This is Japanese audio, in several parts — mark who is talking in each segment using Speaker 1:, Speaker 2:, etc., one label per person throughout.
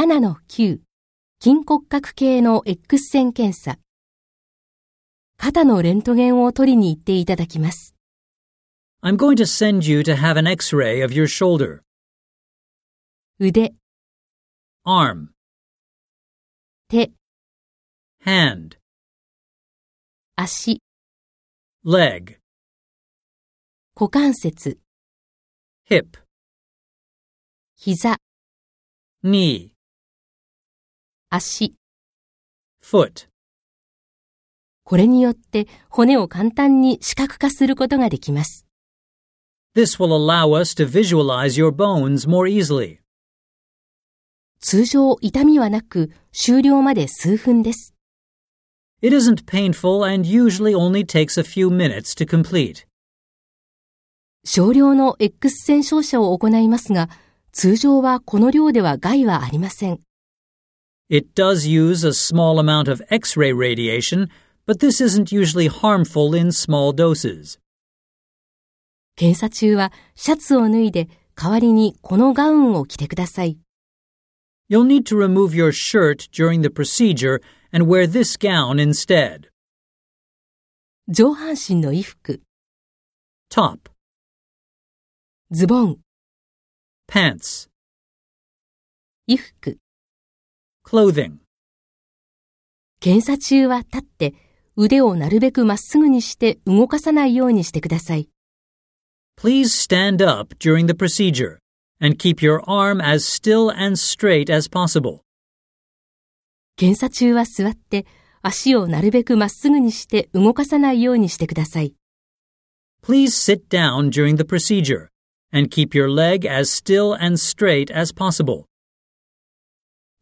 Speaker 1: 7-9筋骨格系の X 線検査肩のレントゲンを取りに行っていただきます。
Speaker 2: I'm going to send you to have an x ray of your shoulder,
Speaker 1: 腕、
Speaker 2: arm,
Speaker 1: 手、
Speaker 2: hand,
Speaker 1: 足、
Speaker 2: leg,
Speaker 1: 股関節、
Speaker 2: hip,
Speaker 1: 膝、
Speaker 2: knee,
Speaker 1: 足。
Speaker 2: foot.
Speaker 1: これによって骨を簡単に視覚化することができます。
Speaker 2: This will allow us to visualize your bones more easily.
Speaker 1: 通常痛みはなく終了まで数分です。
Speaker 2: It isn't painful and usually only takes a few minutes to complete.
Speaker 1: 少量の X 線照射を行いますが、通常はこの量では害はありません。
Speaker 2: It does use a small amount of X ray radiation, but this isn't usually harmful in small doses.
Speaker 1: 検査中はシャツを脱いで代わりにこのガウンを着てください。
Speaker 2: You'll need to remove your shirt during the procedure and wear this gown instead.
Speaker 1: 上半身の衣服、
Speaker 2: Top,
Speaker 1: ズボン、
Speaker 2: pants,
Speaker 1: 衣服。
Speaker 2: clothing.
Speaker 1: 検査中は立って腕をなるべくまっすぐにして動かさないようにしてください。
Speaker 2: Please stand up during the procedure and keep your arm as still and straight as possible.
Speaker 1: 検査中は座って足をなるべくまっすぐにして動かさないようにしてください。
Speaker 2: Please sit down during the procedure and keep your leg as still and straight as possible.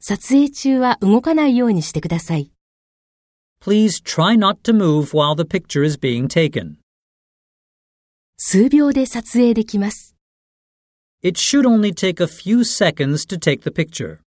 Speaker 1: 撮影中は動かないようにしてください。
Speaker 2: Please try not to move while the picture is being taken.
Speaker 1: 数秒で撮影できます。
Speaker 2: It should only take a few seconds to take the picture.